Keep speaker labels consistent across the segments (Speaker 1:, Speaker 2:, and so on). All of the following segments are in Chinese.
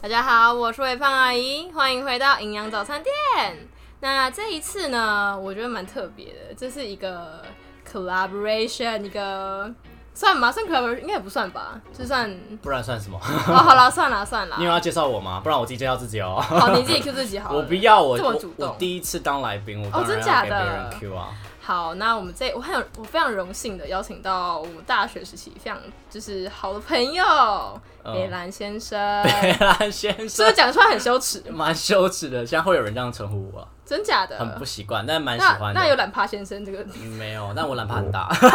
Speaker 1: 大家好，我是伟胖阿姨，欢迎回到营养早餐店。那这一次呢，我觉得蛮特别的，这是一个 collaboration，一个算吗？算 collaboration 应该也不算吧，就算
Speaker 2: 不然算什么？
Speaker 1: 哦，好啦，算啦算啦
Speaker 2: 你。有要介绍我吗？不然我自己介绍自己哦。
Speaker 1: 好，你自己 Q 自己好了。
Speaker 2: 我不要，我
Speaker 1: 这么主
Speaker 2: 我
Speaker 1: 动哦
Speaker 2: 我第一次当来宾，我当
Speaker 1: 真
Speaker 2: 然
Speaker 1: 假
Speaker 2: 要给别
Speaker 1: 的
Speaker 2: 人 Q 啊。
Speaker 1: 好，那我们这我很有我非常荣幸的邀请到我们大学时期非常就是好的朋友
Speaker 2: 嗯
Speaker 1: 北兰先生，
Speaker 2: 北兰啊先
Speaker 1: 是不
Speaker 2: 生
Speaker 1: 是讲出来很羞耻？
Speaker 2: 蛮羞耻的，现在会有人这样称呼我，
Speaker 1: 真假的？
Speaker 2: 很不习惯，但蛮喜
Speaker 1: 呃那
Speaker 2: 欢的。嗯
Speaker 1: 那有懒趴先生这个这
Speaker 2: 没有？ 但我懒怕很 大。
Speaker 1: 是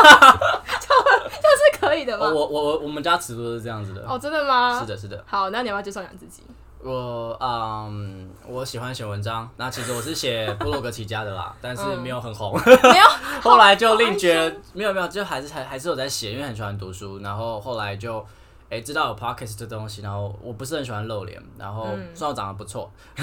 Speaker 1: 可以的
Speaker 2: 我
Speaker 1: 吗？
Speaker 2: 我我我们家尺度是这样子的。
Speaker 1: 哦，真的吗？
Speaker 2: 是。的，是的。
Speaker 1: 好，那你要不要介绍一下自己？
Speaker 2: 我嗯，我喜欢写文章。那其实我是写部落格起家 的啦，但是没有很红。
Speaker 1: 嗯没 有，
Speaker 2: 后来就另觉没有没有，就还是还还是有在写，因为很喜欢读书。然后后来就哎、知道有 podcast 这东西，然后我不是很喜欢露脸，然后
Speaker 1: 嗯
Speaker 2: 虽然我长得不错，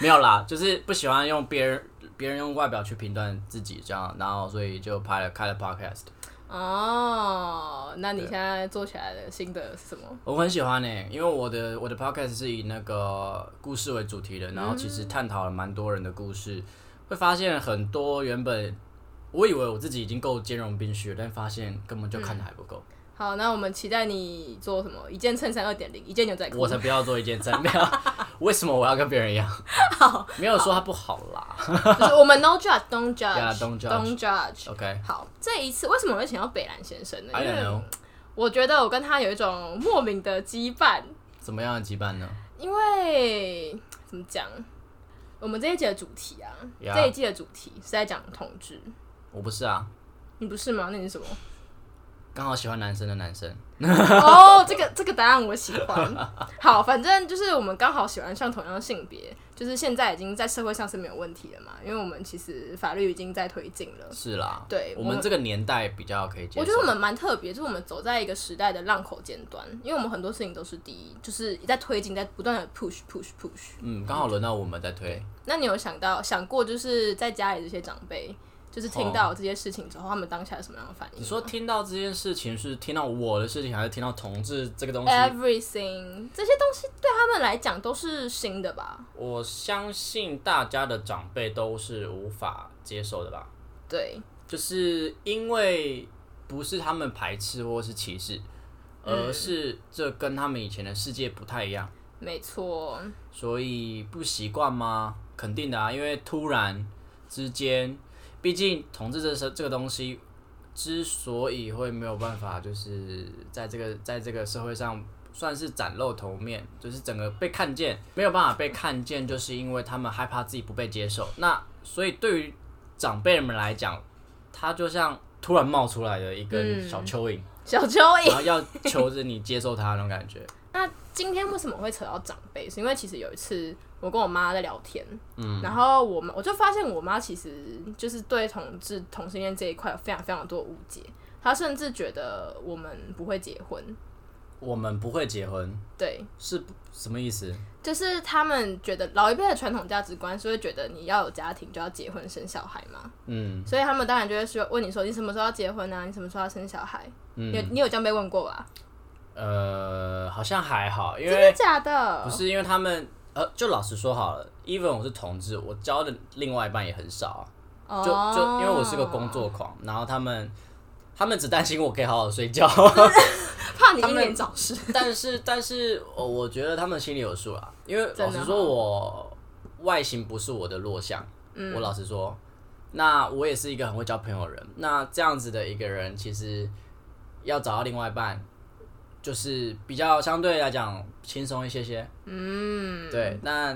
Speaker 2: 没有啦，就是不喜欢用别人别人用外表去评断自己这样，然后所以就拍了开了 podcast。
Speaker 1: 哦，那你现在做起来的新的是什么？
Speaker 2: 我很喜欢呢、欸因为我的我的 podcast 是以那个故事为主题的，然后其
Speaker 1: 嗯
Speaker 2: 实探讨了蛮多人的故事，会发现很多原本我以为我自己已经够兼容并蓄了，但发现根本就看的还不够。
Speaker 1: 好，那我们期待你做什么？一件衬衫二点零，一件牛仔裤。
Speaker 2: 我才不要做一件真没有，为什么我要跟别人一样？没有说它不好啦。
Speaker 1: 就是我们 no judge，don't
Speaker 2: Yeah, don't judge.
Speaker 1: judge，don't judge。
Speaker 2: OK，I、
Speaker 1: 好，这一次为什么我会请到北兰先生呢？因
Speaker 2: don't
Speaker 1: 为
Speaker 2: know，
Speaker 1: 我觉得我跟他有一种莫名的羁绊，
Speaker 2: 怎么样的羁绊呢？
Speaker 1: 因为怎么讲，我们这一季的主题啊
Speaker 2: Yeah
Speaker 1: 这一季的主题是在讲同志，
Speaker 2: 我不是啊，
Speaker 1: 你不是吗？那你是什么？
Speaker 2: 刚好喜欢男生的男生。
Speaker 1: 哦，这个这个答案我喜欢。好，反正就是我们刚好喜欢上同样的性别，就是现在已经在社会上是没有问题了嘛，因为我们其实法律已经在推进了。
Speaker 2: 是啦，
Speaker 1: 对
Speaker 2: 我
Speaker 1: 我
Speaker 2: 们
Speaker 1: 们
Speaker 2: 这个年代比较可以接受。
Speaker 1: 我觉得我们蛮特别，就是我们走在一个时代的浪口尖端，因为我们很多事情都是第一，就是在推进，在不断的 push push push。
Speaker 2: 嗯，刚好轮到我们在推。
Speaker 1: 那你有想到想过，就是在家里这些长辈，就是听到这些事情之后，他们当下有什么样的反应
Speaker 2: 你？说听到这件事情是听到我的事情，还是听到同志这个东西？
Speaker 1: 呃 Everything 这些东西对他们来讲都是新的吧？
Speaker 2: 我相信大家的长辈都是无法接受的吧，
Speaker 1: 对，
Speaker 2: 就是因为不是他们排斥或是歧视，而是这跟他们以前的世界不太一样，
Speaker 1: 没错。
Speaker 2: 所以不习惯吗？肯定的啊，因为突然之间，毕竟同志这是这个东西。之所以会没有办法，就是在这个在这个社会上算是崭露头面，就是整个被看见，没有办法被看见，就是因为他们害怕自己不被接受。那所以对于长辈们来讲，他就像突然冒出来的一根小蚯蚓，
Speaker 1: 小蚯蚓。
Speaker 2: 然后要求着你接受他那种感觉。
Speaker 1: 那今天为什么会扯到长辈？是因为其实有一次我跟我妈在聊天，嗯，然后我妈我就发现我妈其实就是对同志同性恋这一块有非常非常多的误解，她甚至觉得我们不会结婚，
Speaker 2: 我们不会结婚
Speaker 1: 对，
Speaker 2: 是不什么意思？
Speaker 1: 就是他们觉得老一辈的传统价值观是会觉得你要有家庭就要结婚生小孩嘛，
Speaker 2: 嗯，
Speaker 1: 所以他们当然就会说问你说你什么时候要结婚啊？你什么时候要生小孩？
Speaker 2: 嗯
Speaker 1: 你有你有这样被问过吧？
Speaker 2: 呃，好像还好，因
Speaker 1: 真
Speaker 2: 为
Speaker 1: 的假的？
Speaker 2: 不是因为他们，呃，就老实说好了，even 我是同志，我交的另外一半也很少啊。
Speaker 1: 哦，
Speaker 2: 就就因为我是个工作狂，然后他们他们只担心我可以好好睡觉，
Speaker 1: 怕你
Speaker 2: 他
Speaker 1: 英
Speaker 2: 们
Speaker 1: 年早逝。
Speaker 2: 但是但是我我觉得他们心里有数啦，因为
Speaker 1: 真的
Speaker 2: 老实
Speaker 1: 哦
Speaker 2: 说，我外形不是我的弱项，
Speaker 1: 嗯
Speaker 2: 我老实说，那我也是一个很会交朋友的人，那这样子的一个人，其实要找到另外一半，就是比较相对来讲轻松一些些，
Speaker 1: 嗯，
Speaker 2: 对，那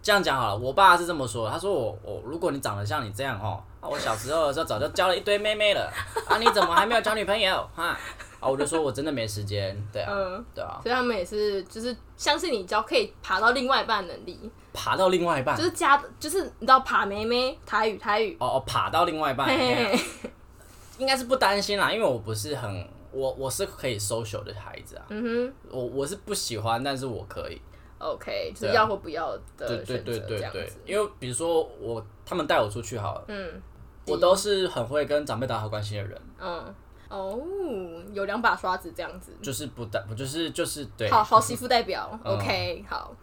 Speaker 2: 这样讲好了，我爸是这么说的，他说我我如果你长得像你这样哦，啊，我小时候的时候早就交了一堆妹妹了，啊，你怎么还没有交女朋友哈？啊，我就说我真的没时间，对啊，
Speaker 1: 嗯
Speaker 2: 对啊，
Speaker 1: 所以他们也是就是相信你，只要可以爬到另外一半的能力，
Speaker 2: 爬到另外一半
Speaker 1: 就，是加就是你知道爬妹妹台语台语，
Speaker 2: 哦哦，爬到另外一半，
Speaker 1: 嘿嘿
Speaker 2: 嘿
Speaker 1: 嘿，
Speaker 2: 应该是不担心啦，因为我不是很，我我是可以 social 的孩子啊，
Speaker 1: 嗯
Speaker 2: 我我是不喜欢，但是我可以，
Speaker 1: 哼，OK，就
Speaker 2: 对
Speaker 1: 是
Speaker 2: 啊
Speaker 1: 要或不要
Speaker 2: 对
Speaker 1: 的
Speaker 2: 对
Speaker 1: 选择
Speaker 2: 对
Speaker 1: 这
Speaker 2: 对
Speaker 1: 样
Speaker 2: 对
Speaker 1: 子，，
Speaker 2: 因为比如说我他们带我出去好了，
Speaker 1: 嗯
Speaker 2: 我都是很会跟长辈打好关系的人。
Speaker 1: 嗯。哦，有两把刷子这样子，
Speaker 2: 就是不代，不就是就是对，
Speaker 1: 好好媳妇代表、
Speaker 2: 嗯
Speaker 1: o k 好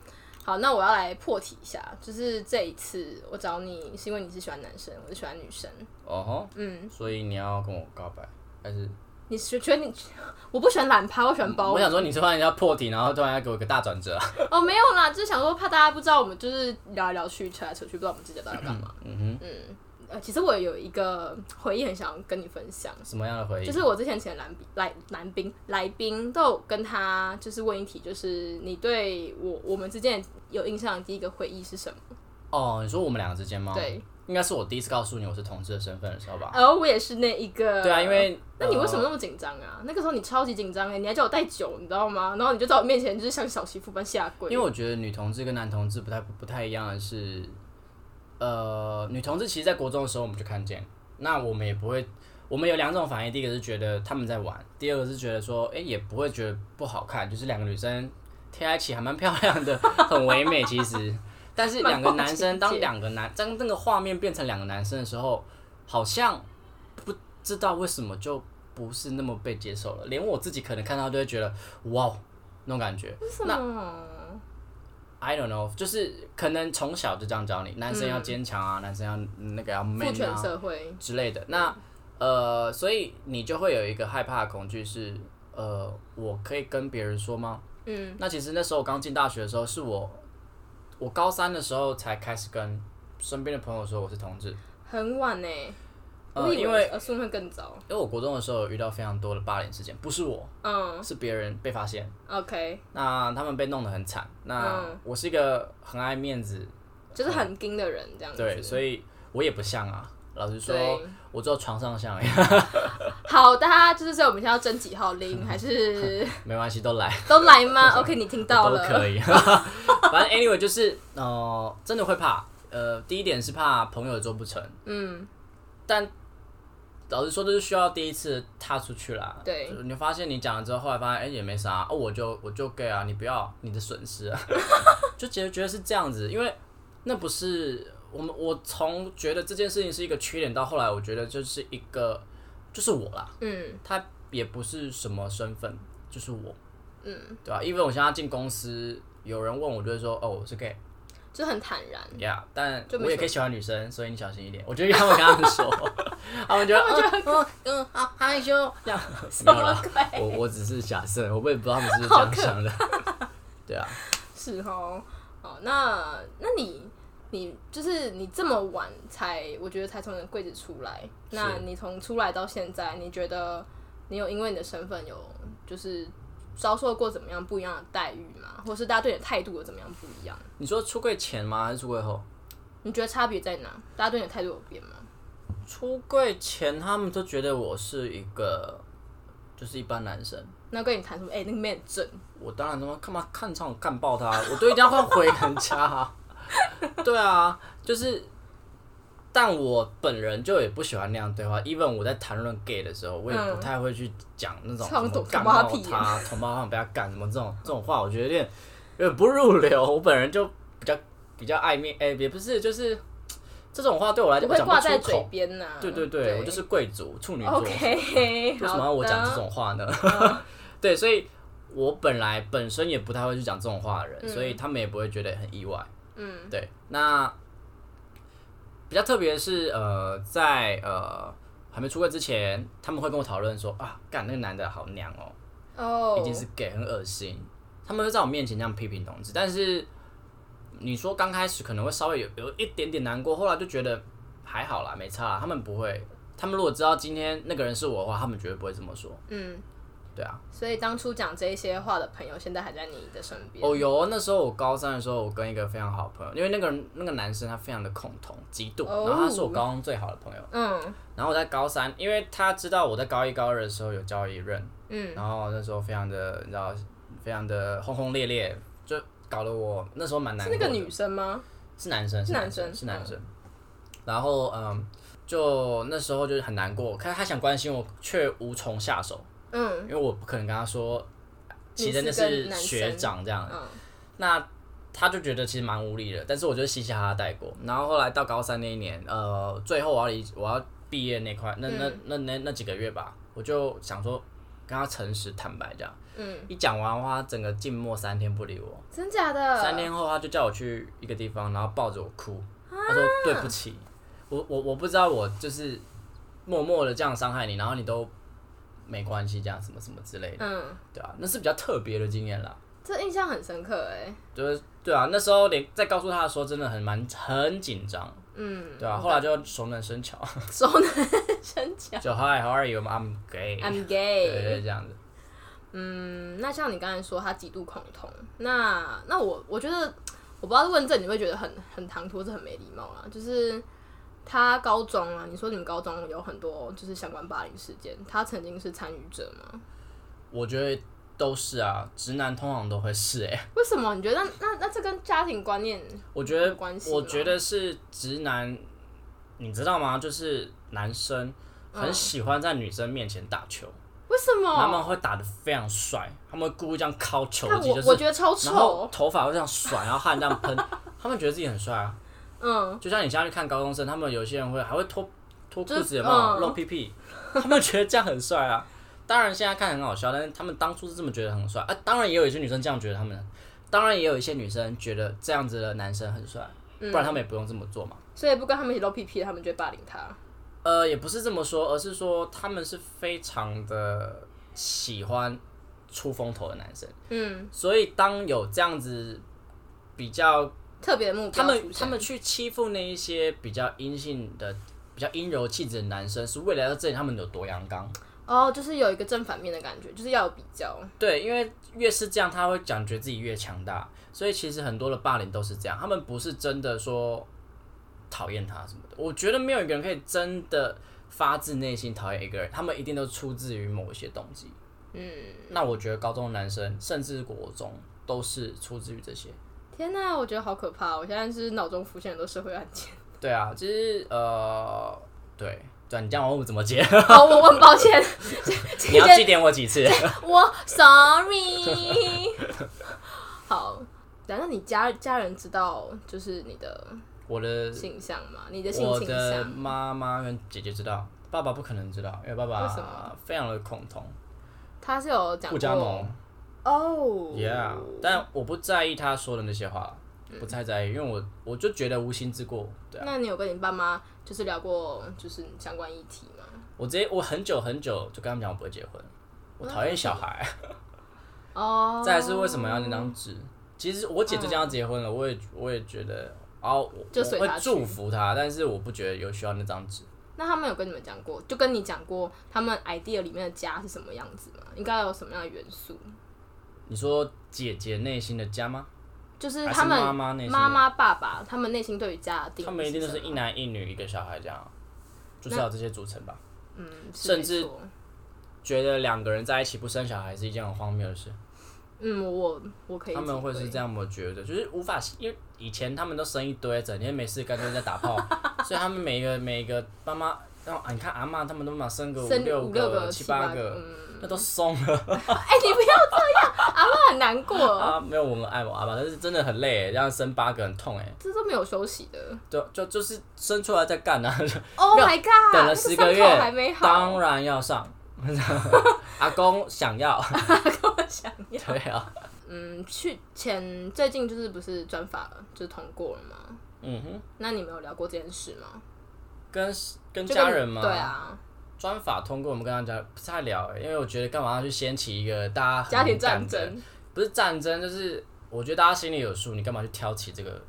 Speaker 1: 好，那我要来破题一下，就是这一次我找你是因为你是喜欢男生，我是喜欢女生，
Speaker 2: 哦吼，
Speaker 1: 嗯，
Speaker 2: 所以你要跟我告白，还是
Speaker 1: 你是觉得你我不喜欢懒趴，我喜欢包
Speaker 2: 我想说你突然要破题，然后突然要给我一个大转折啊，
Speaker 1: 哦，没有啦，就是想说怕大家不知道我们就是聊来聊去扯来扯去，不知道我们自己到底要干嘛。嗯哼，嗯，呃，其实我有一个回忆很想要跟你分享，
Speaker 2: 什么样的回忆？
Speaker 1: 就是我之前请的男宾来男宾来宾都有跟他就是问一题，就是你对我我们之间有印象的第一个回忆是什么？
Speaker 2: 哦，你说我们两个之间吗？
Speaker 1: 对，
Speaker 2: 应该是我第一次告诉你我是同志的身份的时候吧？
Speaker 1: 而我也是那一个。
Speaker 2: 对啊，因为
Speaker 1: 那你为什么
Speaker 2: 呃
Speaker 1: 那么紧张啊？那个时候你超级紧张哎，你还叫我带酒，你知道吗？然后你就在我面前就是像小媳妇般下跪。
Speaker 2: 因为我觉得女同志跟男同志不太不太一样的是，呃，女同志其实，在国中的时候我们就看见，那我们也不会，我们有两种反应，第一个是觉得他们在玩，第二个是觉得说，哎、也不会觉得不好看，就是两个女生贴在一起还蛮漂亮的，很唯美其实。但是两个男生
Speaker 1: 蛮好理解
Speaker 2: 当两个男当那个画面变成两个男生的时候，好像不知道为什么就不是那么被接受了，连我自己可能看到都会觉得哇那种感觉。
Speaker 1: 为什么？
Speaker 2: I don't know，就是可能从小就这样教你，男生要坚强啊，男生要那个要
Speaker 1: 嗯父
Speaker 2: man
Speaker 1: 权
Speaker 2: 啊
Speaker 1: 社会。
Speaker 2: 之类的。那呃，所以你就会有一个害怕的恐惧是，呃，我可以跟别人说吗？嗯，那其实那时候我刚进大学的时候，是我我高三的时候才开始跟身边的朋友说我是同志，
Speaker 1: 很晚呢、欸
Speaker 2: 呃
Speaker 1: 我以
Speaker 2: 因
Speaker 1: 为呃送会更早。
Speaker 2: 因为我国中的时候有遇到非常多的霸凌事件，不是我，
Speaker 1: 嗯
Speaker 2: 是别人被发现。
Speaker 1: ，OK，
Speaker 2: 那他们被弄得很惨。那
Speaker 1: 嗯
Speaker 2: 我是一个很爱面子，
Speaker 1: 就是很硬的人这样子。
Speaker 2: 对，所以我也不像啊。老实说
Speaker 1: 对，
Speaker 2: 我只有床上像而已，
Speaker 1: 好，大家就是在我们现在要争几号 零，还是
Speaker 2: 没关系，都来
Speaker 1: 都来 吗？OK，你听 到
Speaker 2: 都
Speaker 1: 了。
Speaker 2: 可以。 反正 anyway 就是，呃，真的会怕。呃，第一点是怕朋友做不成，
Speaker 1: 嗯，
Speaker 2: 但老实说，这是需要第一次踏出去啦。
Speaker 1: 对
Speaker 2: 就是你发现你讲了之后，后来发现哎、也没啥，哦，我就我就 gay 啊，你不要你的损失、 啊，就觉得觉得是这样子，因为那不是我们我从觉得这件事情是一个缺点，到后来我觉得就是一个就是我啦，
Speaker 1: 嗯，
Speaker 2: 他也不是什么身份，就是我，嗯，对吧、因为我现在进公司，有人问我就会说哦，我是 gay。
Speaker 1: 就很坦 然。
Speaker 2: 呀但
Speaker 1: 就没
Speaker 2: 我也可以喜欢女生，所以你小心一点。我觉得他们跟他们说，他们觉得嗯
Speaker 1: 哦
Speaker 2: 嗯嗯，好害羞，这样没有啦
Speaker 1: 什么。
Speaker 2: 我我只是假设，我也不知道他们是不是这
Speaker 1: 好
Speaker 2: 样想的。 对啊，
Speaker 1: 是哦。好，那那你你就是你这么晚才，我觉得才从你的柜子出来。那你从出来到现在，你觉得你有因为你的身份有就是遭受过怎么样不一样的待遇吗？或是大家对你的态度有怎么样不一样？
Speaker 2: 你说出柜前吗？还是出柜后？
Speaker 1: 你觉得差别在哪？大家对你的态度有变吗？
Speaker 2: 出柜前他们都觉得我是一个就是一般男生，
Speaker 1: 那跟你谈什么？哎、那个妹很正，
Speaker 2: 我当然他妈干嘛看上我干爆他，我都一定要会回人家、 啊。对啊，就是，但我本人就也不喜欢那样对话。even 我在谈论 gay 的时候，我也不太会去讲那
Speaker 1: 嗯
Speaker 2: 种什么
Speaker 1: 唱懂
Speaker 2: 干
Speaker 1: 同胞
Speaker 2: 爆
Speaker 1: 屁
Speaker 2: 他、同胞他们不要干什么这种这种话，我觉得有点有点不入流。我本人就比较比较爱面，哎、也不是，就是这种话对我来
Speaker 1: 不
Speaker 2: 讲
Speaker 1: 会
Speaker 2: 讲
Speaker 1: 挂
Speaker 2: 出
Speaker 1: 在嘴
Speaker 2: 口。
Speaker 1: 边呐、
Speaker 2: 对对对，我就是贵族处女座。
Speaker 1: OK，为
Speaker 2: 为什么要我讲这？种话呢？ 对，所以我本来本身也不太会去讲这种话的人，所以他们也不会觉得很意外。
Speaker 1: 嗯
Speaker 2: 对，那比较特别的是，呃，在呃还没出柜之前，他们会跟我讨论说啊，干那个男的好娘哦、
Speaker 1: 哦，
Speaker 2: 已经是 gay，很恶心。他们会在我面前这样批评同志，但是你说刚开始可能会稍微有有一点点难过，后来就觉得还好啦，没差啦。他们不会，他们如果知道今天那个人是我的话，他们绝对不会这么说。
Speaker 1: 嗯，
Speaker 2: 对啊，
Speaker 1: 所以当初讲这一些话的朋友，现在还在你的身边。
Speaker 2: 哦有，那时候我高三的时候，我跟一个非常好的朋友，因为那个人那个男生他非常的恐同极度，然
Speaker 1: 哦
Speaker 2: 后他是我高中最好的朋友。
Speaker 1: 嗯
Speaker 2: 然后我在高三，因为他知道我在高一高二的时候有交一任，
Speaker 1: 嗯，
Speaker 2: 然后那时候非常的你知道，非常的轰轰烈烈，就搞得我那时候蛮难
Speaker 1: 是
Speaker 2: 过
Speaker 1: 那
Speaker 2: 的。
Speaker 1: 个女生吗？
Speaker 2: 是男生，
Speaker 1: 是
Speaker 2: 是
Speaker 1: 男
Speaker 2: 男
Speaker 1: 生
Speaker 2: 生，是男生。然后嗯，就那时候就是很难过，看他想关心我，却无从下手，
Speaker 1: 嗯
Speaker 2: 因为我不可能跟他说，
Speaker 1: 你
Speaker 2: 其实
Speaker 1: 是
Speaker 2: 那
Speaker 1: 跟
Speaker 2: 是
Speaker 1: 男生
Speaker 2: 学长这样。
Speaker 1: 嗯，
Speaker 2: 那他就觉得其实蛮无力的，但是我就嘻嘻哈哈带过。然后后来到高三那一年，呃，最后我要离我要毕业那块，那那那那那几个月吧，我就想说跟他诚实坦白这样。嗯，一讲完的话，他整个静默三天不理我。
Speaker 1: 真假的？
Speaker 2: 三天后，他就叫我去一个地方，然后抱着我哭，他说对不起，我我我不知道我就是默默的这样伤害你，然后你都没关系，这样什么什么之类的，
Speaker 1: 嗯，
Speaker 2: 对啊，那是比较特别的经验啦，
Speaker 1: 这印象很深刻 哎。
Speaker 2: 就是对啊，那时候连在告诉他的时候，真的很蛮很紧张，
Speaker 1: 嗯，
Speaker 2: 对啊，后来就熟能 生巧，
Speaker 1: 熟能生巧。
Speaker 2: 就 Hi how are you I'm gay，
Speaker 1: I'm
Speaker 2: 对
Speaker 1: gay。
Speaker 2: 对对这样子，
Speaker 1: 嗯，那像你刚才说他极度恐同，那那我我觉得，我不知道问这你会觉得很很唐突，是很没礼貌啦。就是他高中啊，你说你们高中有很多就是相关霸凌事件，他曾经是参与者吗？
Speaker 2: 我觉得都是啊，直男通常都会是哎、
Speaker 1: 为什么？你觉得那那那这跟家庭观念
Speaker 2: 我觉得
Speaker 1: 有关系吗
Speaker 2: 我觉得是直男，你知道吗？就是男生很喜欢在女生面前打球，
Speaker 1: 为什
Speaker 2: 他
Speaker 1: 么？
Speaker 2: 们会打得非常帅，他们会故意这样敲球
Speaker 1: 但
Speaker 2: 击，
Speaker 1: 我
Speaker 2: 就
Speaker 1: 我
Speaker 2: 是
Speaker 1: 觉得超
Speaker 2: 然后
Speaker 1: 丑，哦
Speaker 2: 头发会这样甩，然后汗这样喷， 他们觉得自己很帅啊。
Speaker 1: 嗯，
Speaker 2: 就像你现在去看高中生，他们有些人会还会脱脱裤
Speaker 1: 就是
Speaker 2: 子，有没
Speaker 1: 嗯
Speaker 2: 有露屁屁？ 他们觉得这样很帅啊。当然现在看很好笑，但是他们当初是这么觉得很帅啊。当然也有一些女生这样觉得他们，当然也有一些女生觉得这样子的男生很帅，不
Speaker 1: 嗯
Speaker 2: 然他们也不用这么做嘛。
Speaker 1: 所以不跟他们一起露屁屁，他们就会霸凌他。
Speaker 2: 呃，也不是这么说，而是说他们是非常的喜欢出风头的男生，
Speaker 1: 嗯，
Speaker 2: 所以当有这样子比较
Speaker 1: 特别的目标
Speaker 2: 他们
Speaker 1: 出现
Speaker 2: 他们去欺负那一些比较阴性的、比较阴柔气质的男生，是为了要证明他们有多阳刚。
Speaker 1: 哦，就是有一个正反面的感觉，就是要有比较。
Speaker 2: 对，因为越是这样，他会感觉自己越强大。所以其实很多的霸凌都是这样，他们不是真的说讨厌他什么的。我觉得没有一个人可以真的发自内心讨厌一个人，他们一定都出自于某一些动机。嗯，那我觉得高中的男生，甚至国中，都是出自于这些。
Speaker 1: 天呐，我觉得好可怕！我现在是脑中浮现很多社会案 件。
Speaker 2: 对啊，就是呃，对，对啊你这样我怎么接？
Speaker 1: 好，我我很抱 歉，
Speaker 2: 你要祭奠我几次？
Speaker 1: 我 sorry。好，难道你家家人知道就是你的
Speaker 2: 我的
Speaker 1: 性向吗？你的性
Speaker 2: 我
Speaker 1: 倾
Speaker 2: 的
Speaker 1: 向？
Speaker 2: 妈妈跟姐姐知道，爸爸不可能知道，因为爸
Speaker 1: 为什么
Speaker 2: 爸非常的恐同，
Speaker 1: 他是有讲
Speaker 2: 不加盟
Speaker 1: 过哦。
Speaker 2: ，Yeah，但我不在意他说的那些话，不太在意，因为我我就觉得无心之过，对啊，
Speaker 1: 那你有跟你爸妈就是聊过就是相关议题吗？
Speaker 2: 我直接我很久很久就跟他们讲我不会结婚，我讨厌小孩，
Speaker 1: 哦，
Speaker 2: 再来是为什么要那张纸？其实我姐就这样结婚了，我也我也觉得。哦，我
Speaker 1: 哦就
Speaker 2: 我
Speaker 1: 随
Speaker 2: 会
Speaker 1: 她去
Speaker 2: 祝福他，但是我不觉得有需要那张纸。
Speaker 1: 那他们有跟你们讲过，就跟你讲过他们 idea 里面的家是什么样子吗？应该有什么样的元素？
Speaker 2: 你说姐姐内心的家吗？
Speaker 1: 就是
Speaker 2: 还是
Speaker 1: 他们
Speaker 2: 妈妈内心的
Speaker 1: 妈妈爸爸他们内心对于家的定义，
Speaker 2: 他们一定都是
Speaker 1: 什么
Speaker 2: 一男一女一个小孩这样，啊就是要这些组成吧。
Speaker 1: 嗯，是
Speaker 2: 甚
Speaker 1: 没
Speaker 2: 至
Speaker 1: 错
Speaker 2: 觉得两个人在一起不生小孩是一件很荒谬的事，
Speaker 1: 嗯，我我可以
Speaker 2: 他们会是
Speaker 1: 体
Speaker 2: 这样我觉得，就是无法，因为以前他们都生一堆，整天没事干就在打 炮，所以他们每一个每一个妈妈，然后啊你看阿嬷他们都嘛生个
Speaker 1: 会
Speaker 2: 五
Speaker 1: 生
Speaker 2: 六
Speaker 1: 五六
Speaker 2: 个、
Speaker 1: 七
Speaker 2: 八
Speaker 1: 个，
Speaker 2: 个，
Speaker 1: 嗯，
Speaker 2: 那都松
Speaker 1: 哎，
Speaker 2: 了
Speaker 1: 你不要这样，阿妈很难过，
Speaker 2: 啊！没有我们爱我阿爸，但是真的很累，这样生八个很痛哎，
Speaker 1: 这都没有休息的。
Speaker 2: 就就就是生出来再干啊，
Speaker 1: Oh my god！
Speaker 2: 等
Speaker 1: 那
Speaker 2: 了十个月
Speaker 1: 伤口还没，好，
Speaker 2: 当然 要上， 阿公想要，
Speaker 1: 我想要。
Speaker 2: 对啊。
Speaker 1: 嗯，去前最近就是不是专法就是通过了吗？
Speaker 2: 嗯哼，
Speaker 1: 那你们有聊过这件事吗？
Speaker 2: 跟跟
Speaker 1: 就
Speaker 2: 家
Speaker 1: 跟
Speaker 2: 人嘛，
Speaker 1: 对，啊，
Speaker 2: 专法通过，我们跟他家不太聊、欸，因为我觉得干嘛要去掀起一个大啊家
Speaker 1: 家
Speaker 2: 很
Speaker 1: 庭战
Speaker 2: 敏感的，
Speaker 1: 争。
Speaker 2: 不是战争，就是我觉得大家心里有数，你干嘛去挑起这个？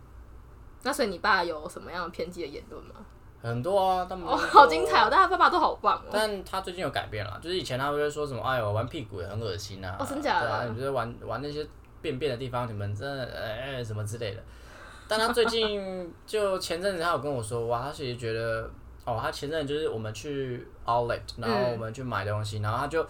Speaker 1: 那所以你爸有什么样的偏激的言论吗？
Speaker 2: 很多啊，他们
Speaker 1: 哦，
Speaker 2: 就
Speaker 1: 好
Speaker 2: 说
Speaker 1: 精彩哦！但他爸爸都好棒哦。
Speaker 2: 但他最近有改变了，就是以前他会说什么，哎呦，玩屁股也很恶心啊，
Speaker 1: 哦真假的
Speaker 2: 对啊，你就是玩玩那些便便的地方，你们真的哎、哎什么之类的。但他最近 就前阵子他有跟我说，哇，他其实觉得，哦，他前阵子就是我们去 Outlet，然
Speaker 1: 嗯
Speaker 2: 后我们去买东西，然后他就。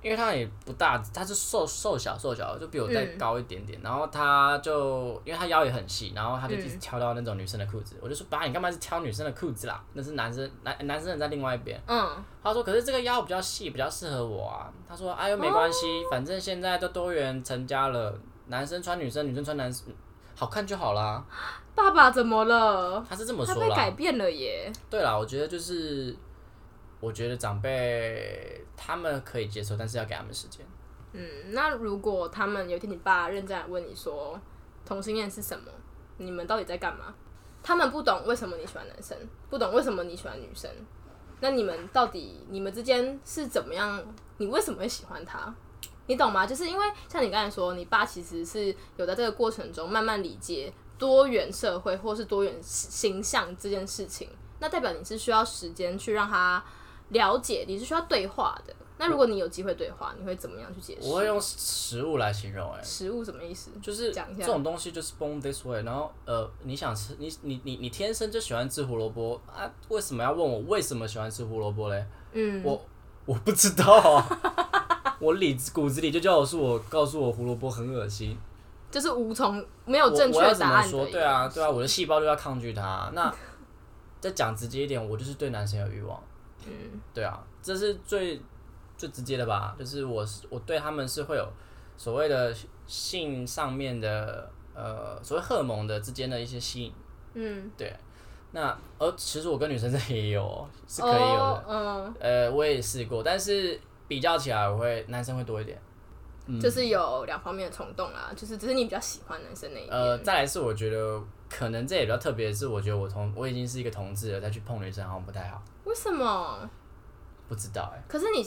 Speaker 2: 因为他也不大，他是瘦瘦小瘦小，就比我再高一点点。然后他就因为他腰也很细，然后他
Speaker 1: 嗯
Speaker 2: 就一直挑到那种女生的裤子。我就说：“爸，你干嘛是挑女生的裤子啦？那是男生男男生的在另外一边。”
Speaker 1: 嗯，
Speaker 2: 他说：“可是这个腰比较细，比较适合我啊。”他说：“哎呦，没关
Speaker 1: 哦
Speaker 2: 系，反正现在都多元成家了，男生穿女生，女生穿男生，好看就好啦。
Speaker 1: 爸爸怎么”了？
Speaker 2: 他是这么
Speaker 1: 他
Speaker 2: 说
Speaker 1: 被改
Speaker 2: 啦。
Speaker 1: 变了耶。
Speaker 2: 对啦，我觉得就是我觉得长辈他们可以接受，但是要给他们时间。
Speaker 1: 嗯，那如果他们有一天你爸认真来问你说同性恋是什么，你们到底在干嘛？他们不懂为什么你喜欢男生，不懂为什么你喜欢女生，那你们到底你们之间是怎么样？你为什么会喜欢他？你懂吗？就是因为像你刚才说，你爸其实是有在这个过程中慢慢理解多元社会或是多元形象这件事情，那代表你是需要时间去让他了解，你是需要对话的。那如果你有机会对话，你会怎么样去解释？
Speaker 2: 我会用食物来形容、欸，哎，
Speaker 1: 食物什么意思？
Speaker 2: 就是
Speaker 1: 讲一
Speaker 2: 这
Speaker 1: 下
Speaker 2: 种东西就是 born this way，然后呃，你想吃你你你你天生就喜欢吃胡萝卜啊？为什么要问我为什么喜欢吃胡萝卜嘞？
Speaker 1: 嗯，
Speaker 2: 我我不知道啊， 我理骨子里就叫我是我告诉我胡萝卜很恶心，
Speaker 1: 就是无从没
Speaker 2: 我
Speaker 1: 有正确
Speaker 2: 我要
Speaker 1: 的
Speaker 2: 怎
Speaker 1: 答
Speaker 2: 么
Speaker 1: 案的
Speaker 2: 说？对啊，对啊，我的细胞就要抗拒它。那再讲直接一点，我就是对男生有欲望。嗯，对啊，这是最最直接的吧？就是我是我对他们是会有所谓的性上面的呃所谓荷尔蒙的之间的一些吸引。
Speaker 1: 嗯，
Speaker 2: 对，那而其实我跟女生这 也有哦是可以有的。
Speaker 1: 哦，嗯，
Speaker 2: 呃，我也试过，但是比较起来，我会男生会多一点。嗯
Speaker 1: 就是有两方面的冲动啦，就是只是你比较喜欢男生那一面。
Speaker 2: 呃，再来是我觉得可能这也比较特别，是我觉得我同我已经是一个同志了，再去碰女生好像不太好，
Speaker 1: 为什么？
Speaker 2: 不知道哎、
Speaker 1: 可是你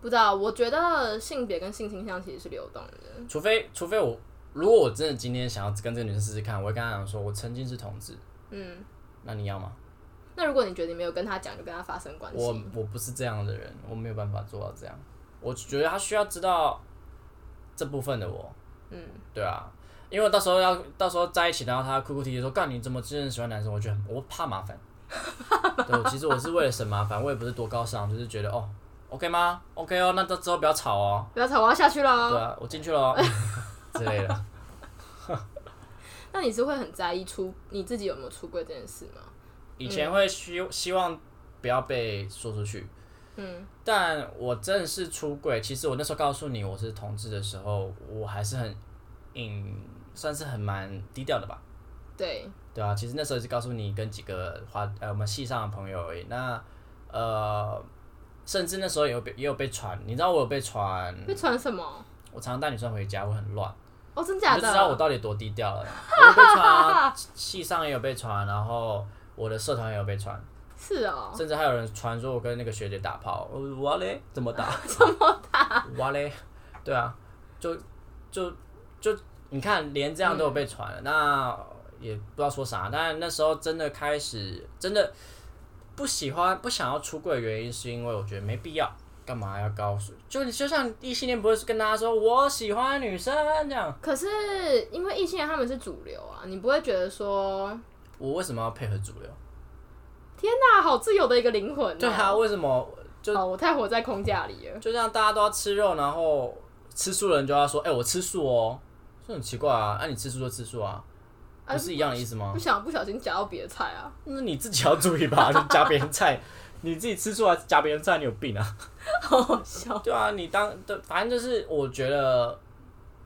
Speaker 1: 不知道，我觉得性别跟性倾向其实是流动的。
Speaker 2: 除非除非我如果我真的今天想要跟这个女生试试看，我会跟她讲说我曾经是同志，
Speaker 1: 嗯，
Speaker 2: 那你要吗？
Speaker 1: 那如果你觉得你没有跟他讲，就跟他发生关系，
Speaker 2: 我我不是这样的人，我没有办法做到这样。我觉得他需要知道这部分的我，
Speaker 1: 嗯，
Speaker 2: 对啊，因为我到时候要到时候在一起，然后他哭哭啼啼地说：“干，你怎么真正喜欢男生？”我觉得很我怕麻烦。对，我其实我是为了省麻烦，我也不是多高尚，就是觉得哦，OK 吗？OK 哦，那这之后不要吵哦。
Speaker 1: 不要吵，我要下去
Speaker 2: 对
Speaker 1: 喽。
Speaker 2: 啊，我进去了、哦、 之类的。
Speaker 1: 那你是会很在意出你自己有没有出柜这件事吗？嗯
Speaker 2: 以前会希希望不要被说出去，
Speaker 1: 嗯，
Speaker 2: 但我正式出柜，其实我那时候告诉你我是同志的时候，我还是很隐，算是很蛮低调的吧。
Speaker 1: 对，
Speaker 2: 对啊，其实那时候也是告诉你跟几个花呃我们系上的朋友而已。那呃，甚至那时候也有被也有被传，你知道我有被传，
Speaker 1: 会传什么？
Speaker 2: 我常常带女生回家，我很乱，
Speaker 1: 哦，真假
Speaker 2: 你
Speaker 1: 的？
Speaker 2: 就知道我到底多低调了。我有被传 啊，系上也有被传，然后我的社团也有被传，
Speaker 1: 是哦，
Speaker 2: 甚至还有人传说我跟那个学姐打炮，我说哇嘞，怎么打？ 怎么打？哇嘞，对啊，就就就你看，连这样都有被传了，那也不知道说啥。但那时候真的开始，真的不喜欢、不想要出柜的原因，是因为我觉得没必要，干嘛要告诉？就你就像异性恋，不会跟大家说我喜欢女生这样，
Speaker 1: 可是因为异性恋他们是主流啊，你不会觉得说
Speaker 2: 我为什么要配合主流？
Speaker 1: 天哪，好自由的一个灵魂、哦。
Speaker 2: 对啊，为什么就
Speaker 1: 哦，我太活在框架里了。
Speaker 2: 就这样，大家都要吃肉，然后吃素的人就要说：“哎、我吃素哦。”这很奇怪啊，那、你吃素就吃素啊，
Speaker 1: 啊
Speaker 2: 不是一样的意思吗
Speaker 1: 不？想不小心夹到别的菜 啊，
Speaker 2: 那你自己要注意 吧，你夹别人菜，你自己吃素还是夹别人菜，你有病啊！
Speaker 1: 好好笑。
Speaker 2: 对啊，你当对，反正就是我觉得，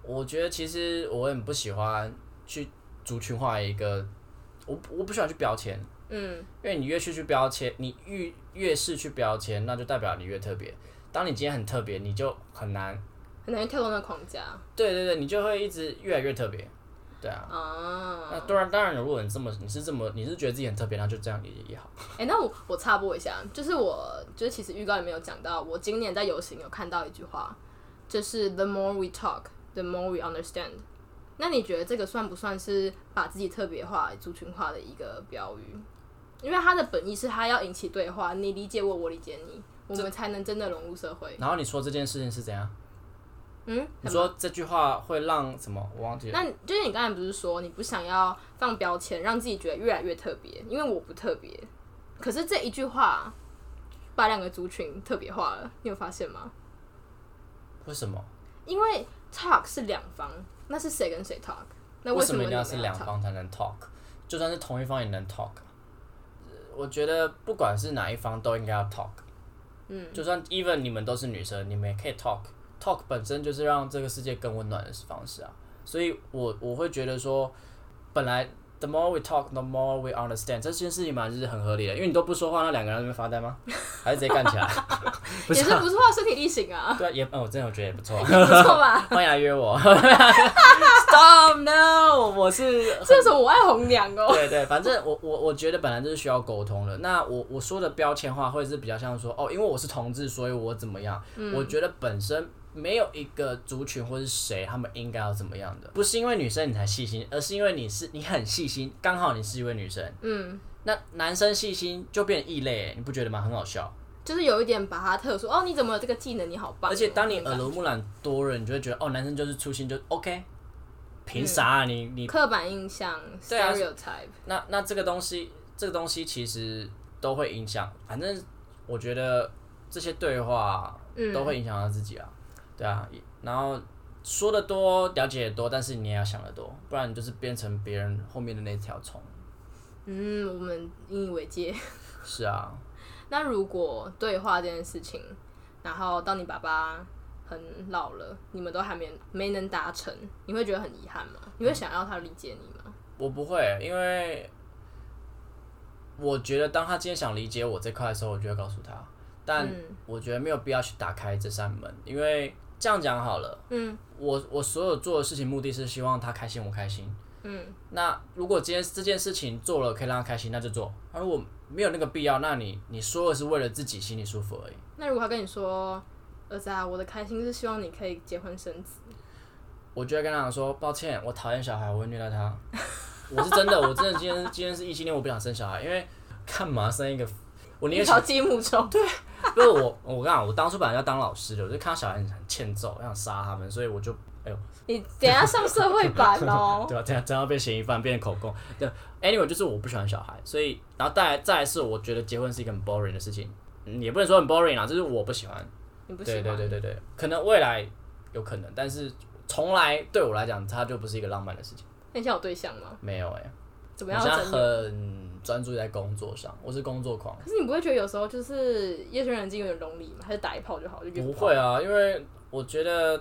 Speaker 2: 我觉得其实我很不喜欢去族群化一个，我我不喜欢去标签，
Speaker 1: 嗯，
Speaker 2: 因为你越是去标签，你越越是去标签，那就代表你越特别。当你今天很特别，你就很难
Speaker 1: 很难跳动那个框架
Speaker 2: 对对对，你就会一直越来越特别。对啊，
Speaker 1: 啊。
Speaker 2: 那当然当然，如果你这么你是这么你是觉得自己很特别，那就这样也也好。
Speaker 1: 哎、那我我插播一下，就是我就是其实预告里面有讲到，我今年在游行有看到一句话，就是 the more we talk, the more we understand。那你觉得这个算不算是把自己特别化、族群化的一个标语？因为它的本意是它要引起对话，你理解我，我理解你，我们才能真的融入社会。
Speaker 2: 然后你说这件事情是怎样？
Speaker 1: 嗯，
Speaker 2: 你说这句话会让什么？我忘记了。
Speaker 1: 那你就是你刚才不是说你不想要放标签，让自己觉得越来越特别？因为我不特别，可是这一句话把两个族群特别化了，你有发现吗？
Speaker 2: 为什么？
Speaker 1: 因为 talk 是两方，那是谁跟谁 talk？那
Speaker 2: 为
Speaker 1: 什么
Speaker 2: 一
Speaker 1: 你们
Speaker 2: 定要是两
Speaker 1: talk？
Speaker 2: 方才能 talk？就算是同一方也能 talk。呃我觉得不管是哪一方都应该要 talk。
Speaker 1: 嗯，
Speaker 2: 就算 even 你们都是女生，你们也可以 talk。talk 本身就是让这个世界更温暖的方式啊。所以我我会觉得说，本来 The more we talk, the more we understand。这件事情嘛，就是很合理的，因为你都不说话，那两个人在那边发呆吗？还是直接干起来？不
Speaker 1: 也
Speaker 2: 是
Speaker 1: 是
Speaker 2: 啊、
Speaker 1: 不错，身体力行啊，
Speaker 2: 对啊，也嗯，我真的我觉得也不错。啊
Speaker 1: 不错吧？
Speaker 2: 欢迎来约我。Stop no！我是
Speaker 1: 这种我爱红娘哦、
Speaker 2: 对对，反正我我我觉得本来就是需要沟通的。那我我说的标签化会是比较像说哦，因为我是同志，所以我怎么样？
Speaker 1: 嗯
Speaker 2: 我觉得本身没有一个族群或是谁他们应该要怎么样的，不是因为女生你才细心，而是因为你是你很细心，刚好你是一位女生。
Speaker 1: 嗯，
Speaker 2: 那男生细心就变异类，欸你不觉得吗？很好笑。
Speaker 1: 就是有一点把它特殊哦，你怎么有这个技能？你好棒哦！嗯
Speaker 2: 而且当你
Speaker 1: 那种
Speaker 2: 耳濡目染多了，你就会觉得哦，男生就是粗心就 OK，凭啥啊、你你
Speaker 1: 刻板印象
Speaker 2: 对啊
Speaker 1: stereotype，
Speaker 2: 那那这个东西，这个东西其实都会影响，反正我觉得这些对话
Speaker 1: 嗯
Speaker 2: 都会影响到自己啊，对啊，也然后说的多，了解的多，但是你也要想的多，不然你就是变成别人后面的那条虫。
Speaker 1: 嗯，我们引以为戒。
Speaker 2: 是啊，
Speaker 1: 那如果对话这件事情，然后到你爸爸很老了，你们都还没没能达成，你会觉得很遗憾吗？你会想要他理解你吗？
Speaker 2: 我不会，因为我觉得当他今天想理解我这块的时候，我就会告诉他，但
Speaker 1: 嗯
Speaker 2: 我觉得没有必要去打开这扇门，因为这样讲好了，
Speaker 1: 嗯
Speaker 2: 我我所有做的事情目的是希望他开心，我开心。
Speaker 1: 嗯
Speaker 2: 那如果今天这件事情做了可以让他开心，那就做；而如果没有那个必要，那你你说的是为了自己心里舒服而已。
Speaker 1: 那如果他跟你说，儿子啊，我的开心是希望你可以结婚生子，
Speaker 2: 我就会跟他讲说，抱歉，我讨厌小孩，我会虐待他。 我是真的，我真的今天今天是异性恋，我不想生小孩，因为干嘛生一个？我宁
Speaker 1: 你
Speaker 2: 愿
Speaker 1: 朝积木中，对，
Speaker 2: 不是我，我跟你讲，我当初本来要当老师的，我就看到小孩很很欠揍，我想杀他们，所以我就哎呦，
Speaker 1: 你等一下上社会版哦。
Speaker 2: 对吧、这样这样被嫌疑犯变成口供。对，anyway，就是我不喜欢小孩，所以然后再来再来是我觉得结婚是一个很 boring 的事情，嗯也不能说很 boring 啊，就是我不喜欢。
Speaker 1: 你不喜
Speaker 2: 对
Speaker 1: 欢？
Speaker 2: 对对对对，可能未来有可能，但是从来对我来讲，它就不是一个浪漫的事情。
Speaker 1: 那你现在有对象吗？
Speaker 2: 没有哎、
Speaker 1: 怎么
Speaker 2: 我
Speaker 1: 样
Speaker 2: 现
Speaker 1: 要
Speaker 2: 在
Speaker 1: 整理？
Speaker 2: 很专注在工作上，我是工作狂。
Speaker 1: 可是你不会觉得有时候就是夜深人静有点lonely 吗？还是打一炮就好？就约
Speaker 2: 不
Speaker 1: 炮
Speaker 2: 会啊，因为我觉得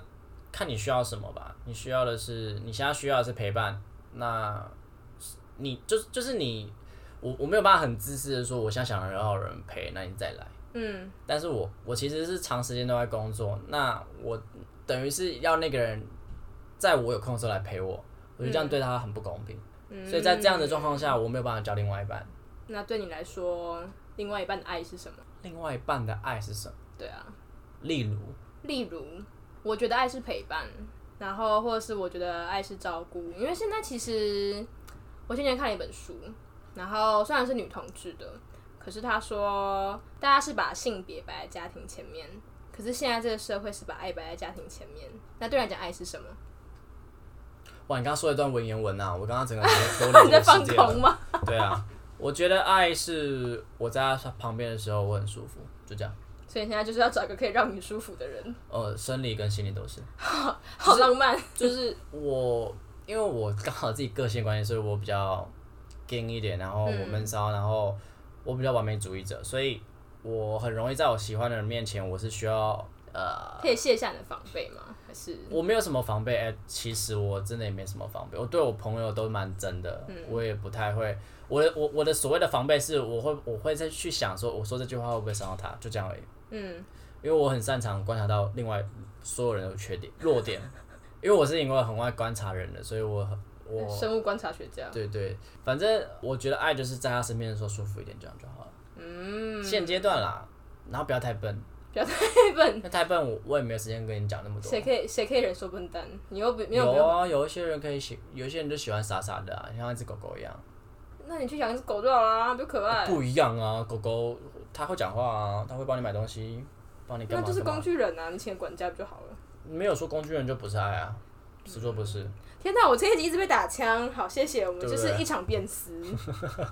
Speaker 2: 看你需要什么吧。你需要的是你现在需要的是陪伴，那你就是就是你，我我没有办法很自私的说我现在想要有人陪，那你再来。
Speaker 1: 嗯
Speaker 2: 但是我我其实是长时间都在工作，那我等于是要那个人在我有空的时候来陪我，我觉得这样对他很不公平。
Speaker 1: 嗯，
Speaker 2: 所以在这样的状况下，我没有办法交另外一半。
Speaker 1: 那对你来说，另外一半的爱是什么？
Speaker 2: 另外一半的爱是什么？
Speaker 1: 对啊，
Speaker 2: 例如，
Speaker 1: 例如，我觉得爱是陪伴，然后或者是我觉得爱是照顾，因为现在其实我先前看了一本书，然后虽然是女同志的，可是他说大家是把性别摆在家庭前面，可是现在这个社会是把爱摆在家庭前面。那对你来讲，爱是什么？
Speaker 2: 哇，你刚刚说了一段文言文啊，我刚刚整 个人都
Speaker 1: 你在放
Speaker 2: 世界了
Speaker 1: 空吗？
Speaker 2: 对啊，我觉得爱是我在他旁边的时候我很舒服，就这样。
Speaker 1: 所以现在就是要找一个可以让你舒服的人，
Speaker 2: 呃，生理跟心理哦都是，
Speaker 1: 好浪漫。
Speaker 2: 就是我因为我刚好自己个性关系，所以我比较硬一点，然后我
Speaker 1: 嗯
Speaker 2: 闷骚，然后我比较完美主义者，所以我很容易在我喜欢的人面前，我是需要呃。
Speaker 1: 可以卸下你的防备吗？还是
Speaker 2: 我没有什么防备，哎、其实我真的也没什么防备，我对我朋友都蛮真的，我也不太会，我的我我的所谓的防备是，我会我会再去想说，我说这句话会不会伤到他，就这样而已。
Speaker 1: 嗯，
Speaker 2: 因为我很擅长观察到另外所有人的缺点、弱点，因为我是因为很爱观察人的，所以我很我
Speaker 1: 生物观察学 家？
Speaker 2: 对对，反正我觉得爱就是在他身边的时候舒服一点，这样就好了。
Speaker 1: 嗯，
Speaker 2: 现阶段啦，然后不要太笨，
Speaker 1: 不要太笨，
Speaker 2: 那太笨我我也没有时间跟你讲那么多。
Speaker 1: 谁可以谁可以忍受笨蛋？你又不没有没
Speaker 2: 有
Speaker 1: 有，
Speaker 2: 啊，有一些人可以喜，有一些人就喜欢傻傻的啊，像一只狗狗一样。
Speaker 1: 那你去养一只狗就好啦，比较可爱。
Speaker 2: 不一样啊，狗狗它会讲话啊，它会帮你买东西，帮你干
Speaker 1: 那
Speaker 2: 嘛
Speaker 1: 就是
Speaker 2: 干
Speaker 1: 工
Speaker 2: 嘛。
Speaker 1: 具人啊，你请管家不就好了？
Speaker 2: 没有说工具人就不是爱啊，
Speaker 1: 嗯
Speaker 2: 是说不是？
Speaker 1: 天哪，我这一集一直被打枪，好谢谢，我们
Speaker 2: 对
Speaker 1: 就
Speaker 2: 不对
Speaker 1: 是一场辩私。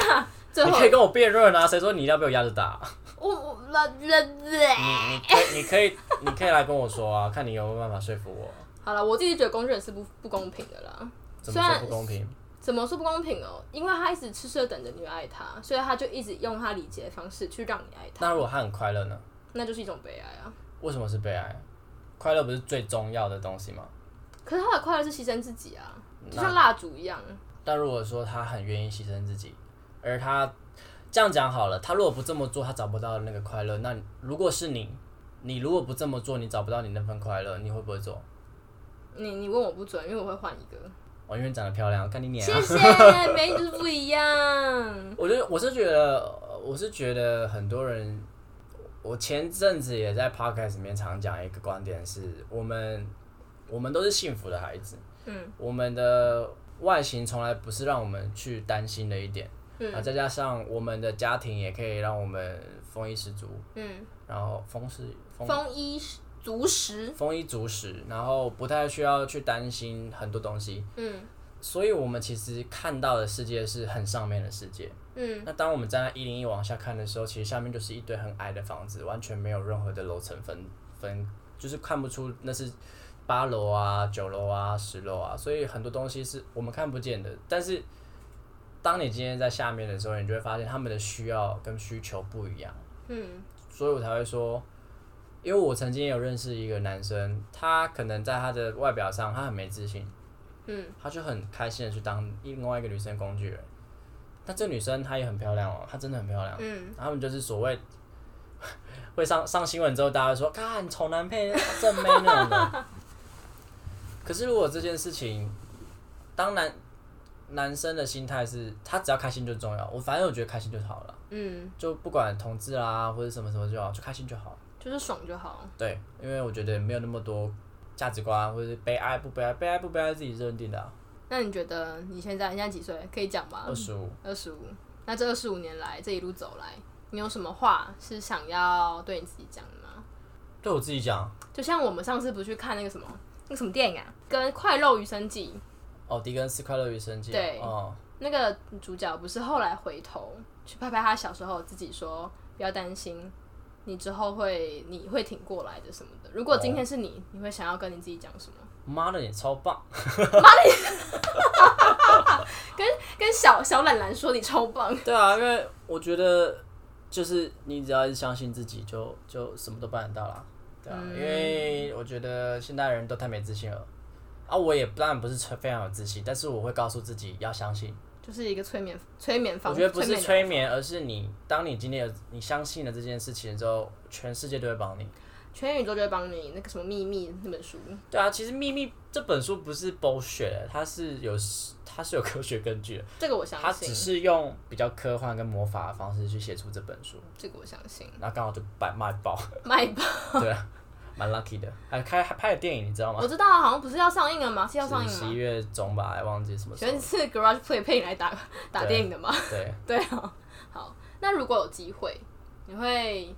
Speaker 1: 那 最
Speaker 2: 你
Speaker 1: 后
Speaker 2: 可以跟我辩论啊，谁说你一定要被我压着 打？
Speaker 1: 我我那那那
Speaker 2: 你你可以你可以你可以来跟我说啊，看你有没有办法说服我，
Speaker 1: 好了，我自己觉得工具人是不不公平的啦。
Speaker 2: 怎
Speaker 1: 虽
Speaker 2: 么
Speaker 1: 然
Speaker 2: 说不公平？
Speaker 1: 怎么说不公平哦？因为他一直痴痴的等着你爱他，所以他就一直用他理解的方式去让你爱他，
Speaker 2: 那如果他很快乐呢？
Speaker 1: 那就是一种悲哀啊。
Speaker 2: 为什么是悲哀？快乐不是最重要的东西吗？
Speaker 1: 可是他的快乐是牺牲自己啊，就像蜡烛一样。
Speaker 2: 但如果说他很愿意牺牲自己，而他这样讲好了，他如果不这么做，他找不到那个快乐。那如果是你，你如果不这么做，你找不到你那份快乐，你会不会做？
Speaker 1: 你你问我不准，因为我会换一个。
Speaker 2: 我因为长得漂亮，我干你娘！
Speaker 1: 谢谢，每就是不一样。
Speaker 2: 我就我是觉得，我是觉得很多人，我前阵子也在 podcast 里面常讲一个观点是，我们我们都是幸福的孩子，
Speaker 1: 嗯
Speaker 2: 我们的外形从来不是让我们去担心的一点，
Speaker 1: 嗯
Speaker 2: 啊，再加上我们的家庭也可以让我们丰衣食足，
Speaker 1: 嗯，
Speaker 2: 然后丰是丰
Speaker 1: 丰衣足食。
Speaker 2: 丰衣足食，然后不太需要去担心很多东西，
Speaker 1: 嗯
Speaker 2: 所以我们其实看到的世界是很上面的世界。
Speaker 1: 嗯
Speaker 2: 那当我们站在一零一往下看的时候，其实下面就是一堆很矮的房子，完全没有任何的楼层分分，就是看不出那是八楼啊、九楼啊、十楼啊，所以很多东西是我们看不见的。但是，当你今天在下面的时候，你就会发现他们的需要跟需求不一样，
Speaker 1: 嗯
Speaker 2: 所以我才会说，因为我曾经也有认识一个男生，他可能在他的外表上他很没自信，
Speaker 1: 嗯
Speaker 2: 他就很开心的去当另外一个女生的工具人。但这女生她也很漂亮哦，她真的很漂亮。
Speaker 1: 嗯，
Speaker 2: 他们就是所谓 会上上新闻之后，大家会说看丑男配啊正妹那种的。 可是如果这件事情，当男男生的心态是他只要开心就重要，我反正我觉得开心就好了，
Speaker 1: 嗯，
Speaker 2: 就不管同志啦或者什么什么就好，就开心就好。
Speaker 1: 就是爽就好。
Speaker 2: 对，因为我觉得没有那么多价值观啊或者是悲哀不悲哀，悲哀不悲哀自己认定的、啊。
Speaker 1: 那你觉得你现在你现在几岁？可以讲吧
Speaker 2: 二？十五，
Speaker 1: 二十五。那这二十五年来，这一路走来，你有什么话是想要对你自己讲的吗？
Speaker 2: 对我自己讲，
Speaker 1: 就像我们上次不是去看那个什么那个什么电影啊，跟《快乐余生记》
Speaker 2: 哦，狄更斯快乐与生计，
Speaker 1: 对
Speaker 2: 哦，
Speaker 1: 那个主角不是后来回头去拍拍他小时候自己说，不要担心，你之后会你会挺过来的什么的。如果今天是你，你会想要跟你自己讲什么？
Speaker 2: 妈的也超棒。哦
Speaker 1: 跟小小懒懒说你超棒，
Speaker 2: 对啊，因为我觉得就是你只要一直相信自己就，就什么都办得到啦。对啊，
Speaker 1: 嗯
Speaker 2: 因为我觉得现代人都太没自信了。啊，我也当然不是非常有自信，但是我会告诉自己要相信。
Speaker 1: 就是一个催眠催眠方
Speaker 2: 我
Speaker 1: 法。
Speaker 2: 觉得不是
Speaker 1: 催
Speaker 2: 催
Speaker 1: 眠
Speaker 2: 眠，而是你当你今天有你相信了这件事情之后，全世界都会帮你。
Speaker 1: 疗全宇宙就会帮你那个什么秘密那本书，
Speaker 2: 对啊，其实《秘密》这本书不是 bullshit，它是有它是有科学根据的，
Speaker 1: 这个我相
Speaker 2: 它只
Speaker 1: 信，
Speaker 2: 是用比较科幻跟魔法的方式去写出这本书，哦
Speaker 1: 这个我相信。
Speaker 2: 然后刚好就卖卖爆。
Speaker 1: 卖吧，
Speaker 2: 对啊，蛮 lucky 的。还开还拍了电影，你知道吗
Speaker 1: 我？知道啊好像不是要上映了吗？是要上映了
Speaker 2: 十一
Speaker 1: 吗？
Speaker 2: 月中吧，还忘记什么时
Speaker 1: 请问
Speaker 2: 候。
Speaker 1: 是 Garage Play 配你来打打电影的吗？
Speaker 2: 对，
Speaker 1: 对啊，好，那如果有机会，你会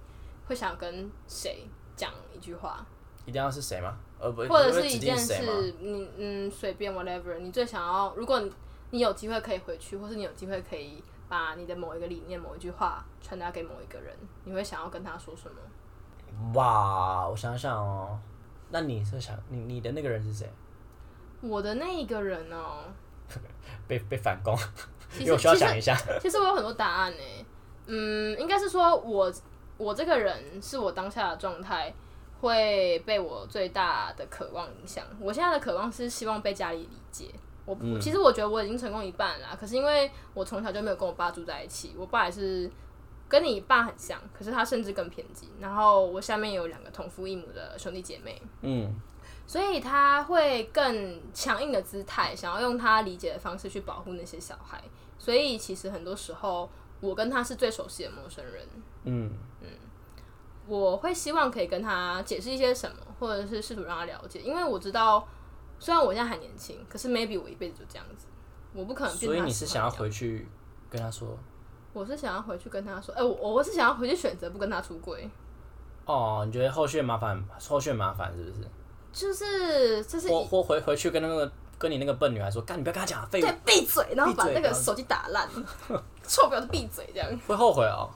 Speaker 1: 会想跟谁讲一句话，
Speaker 2: 一定要是谁吗？呃，不，
Speaker 1: 或者
Speaker 2: 不
Speaker 1: 是
Speaker 2: 指
Speaker 1: 一
Speaker 2: 定
Speaker 1: 件
Speaker 2: 谁吗？
Speaker 1: 事，你嗯随便 whatever，你最想要，如果你你有机会可以回去，或是你有机会可以把你的某一个理念、某一句话传达给某一个人，你会想要跟他说什么？
Speaker 2: 哇，我想想哦，那你是想你你的那个人是谁？
Speaker 1: 我的那一个人哦，
Speaker 2: 被被反攻，
Speaker 1: 其
Speaker 2: 因为
Speaker 1: 实
Speaker 2: 我需要想一下。
Speaker 1: 其实我有很多答案呢、嗯，应该是说我我这个人是我当下的状态会被我最大的渴望影响。我现在的渴望是希望被家里理解。我、
Speaker 2: 嗯
Speaker 1: 其实我觉得我已经成功一半了啦，可是因为我从小就没有跟我爸住在一起，我爸也是跟你爸很像，可是他甚至更偏激。然后我下面有两个同父异母的兄弟姐妹，
Speaker 2: 嗯，
Speaker 1: 所以他会更强硬的姿态，想要用他理解的方式去保护那些小孩。所以其实很多时候，我跟他是最熟悉的陌生人，
Speaker 2: 嗯，
Speaker 1: 我会希望可以跟他解释一些什么，或者是试图让他了解，因为我知道，虽然我现在还年轻，可是 maybe 我一辈子就这样子，我不可能变成他喜欢的样子。
Speaker 2: 所以你是想要回去跟他说，
Speaker 1: 我是想要回去跟他说，哎、我我是想要回去选择不跟他出轨，
Speaker 2: 哦，你觉得后续麻烦，后续麻烦是不是？
Speaker 1: 就是这是
Speaker 2: 或或回回去跟那个跟你那个笨女孩说，干，你不要跟她讲啊，废
Speaker 1: 对
Speaker 2: 物，
Speaker 1: 闭嘴，然后把
Speaker 2: 闭嘴
Speaker 1: 那
Speaker 2: 然
Speaker 1: 个
Speaker 2: 后
Speaker 1: 手机打烂，臭婊子闭嘴这样。
Speaker 2: 会后悔哦。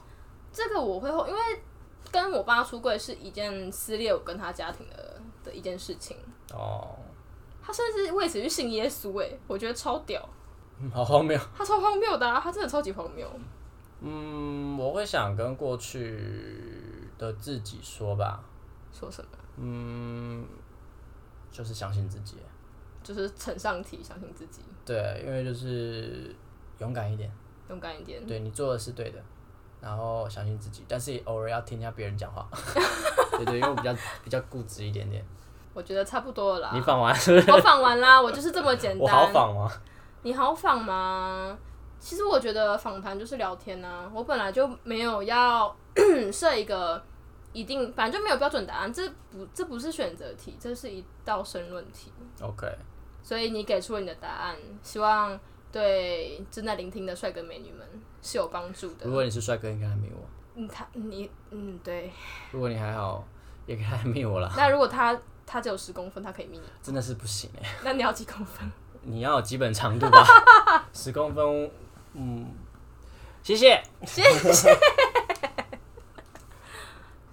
Speaker 1: 这个我会后，因为跟我爸出柜是一件撕裂我跟他家庭的的一件事情。
Speaker 2: 哦，
Speaker 1: 他甚至为此去信耶稣、欸，我觉得超屌，
Speaker 2: 嗯好荒谬。
Speaker 1: 他超荒谬的、啊，他真的超级荒谬。
Speaker 2: 嗯，我会想跟过去的自己说吧，
Speaker 1: 说什么？
Speaker 2: 就是相信自己，
Speaker 1: 就是承上体，相信自己，
Speaker 2: 对，因为就是勇敢一点，
Speaker 1: 勇敢一点。
Speaker 2: 对你做的是对的，然后相信自己，但是也偶尔要听一下别 人讲话。对对，因为我比较比较固执一点点。
Speaker 1: 我觉得差不多了啦。
Speaker 2: 你仿完是不是？
Speaker 1: 我仿完啦，我就是这么简单。
Speaker 2: 我好仿吗？
Speaker 1: 你好仿吗？其实我觉得访谈就是聊天呐、我本来就没有要 设一个一定，反正就没有标准答案，这不这不是选择题，这是一道申论题。
Speaker 2: OK，
Speaker 1: 所以你给出了你的答案，希望对正在聆听的帅哥美女们是有帮助的
Speaker 2: 如。果你是帅哥，应该还没我；
Speaker 1: 嗯，他你嗯对，
Speaker 2: 如果你还好，也可以还没我啦。
Speaker 1: 那如果他他只有十公分，他可以迷你，
Speaker 2: 真的是不行哎、
Speaker 1: 那你要几公分？
Speaker 2: 你要有基本 长度吧，十公分，嗯，谢谢。
Speaker 1: 谢谢。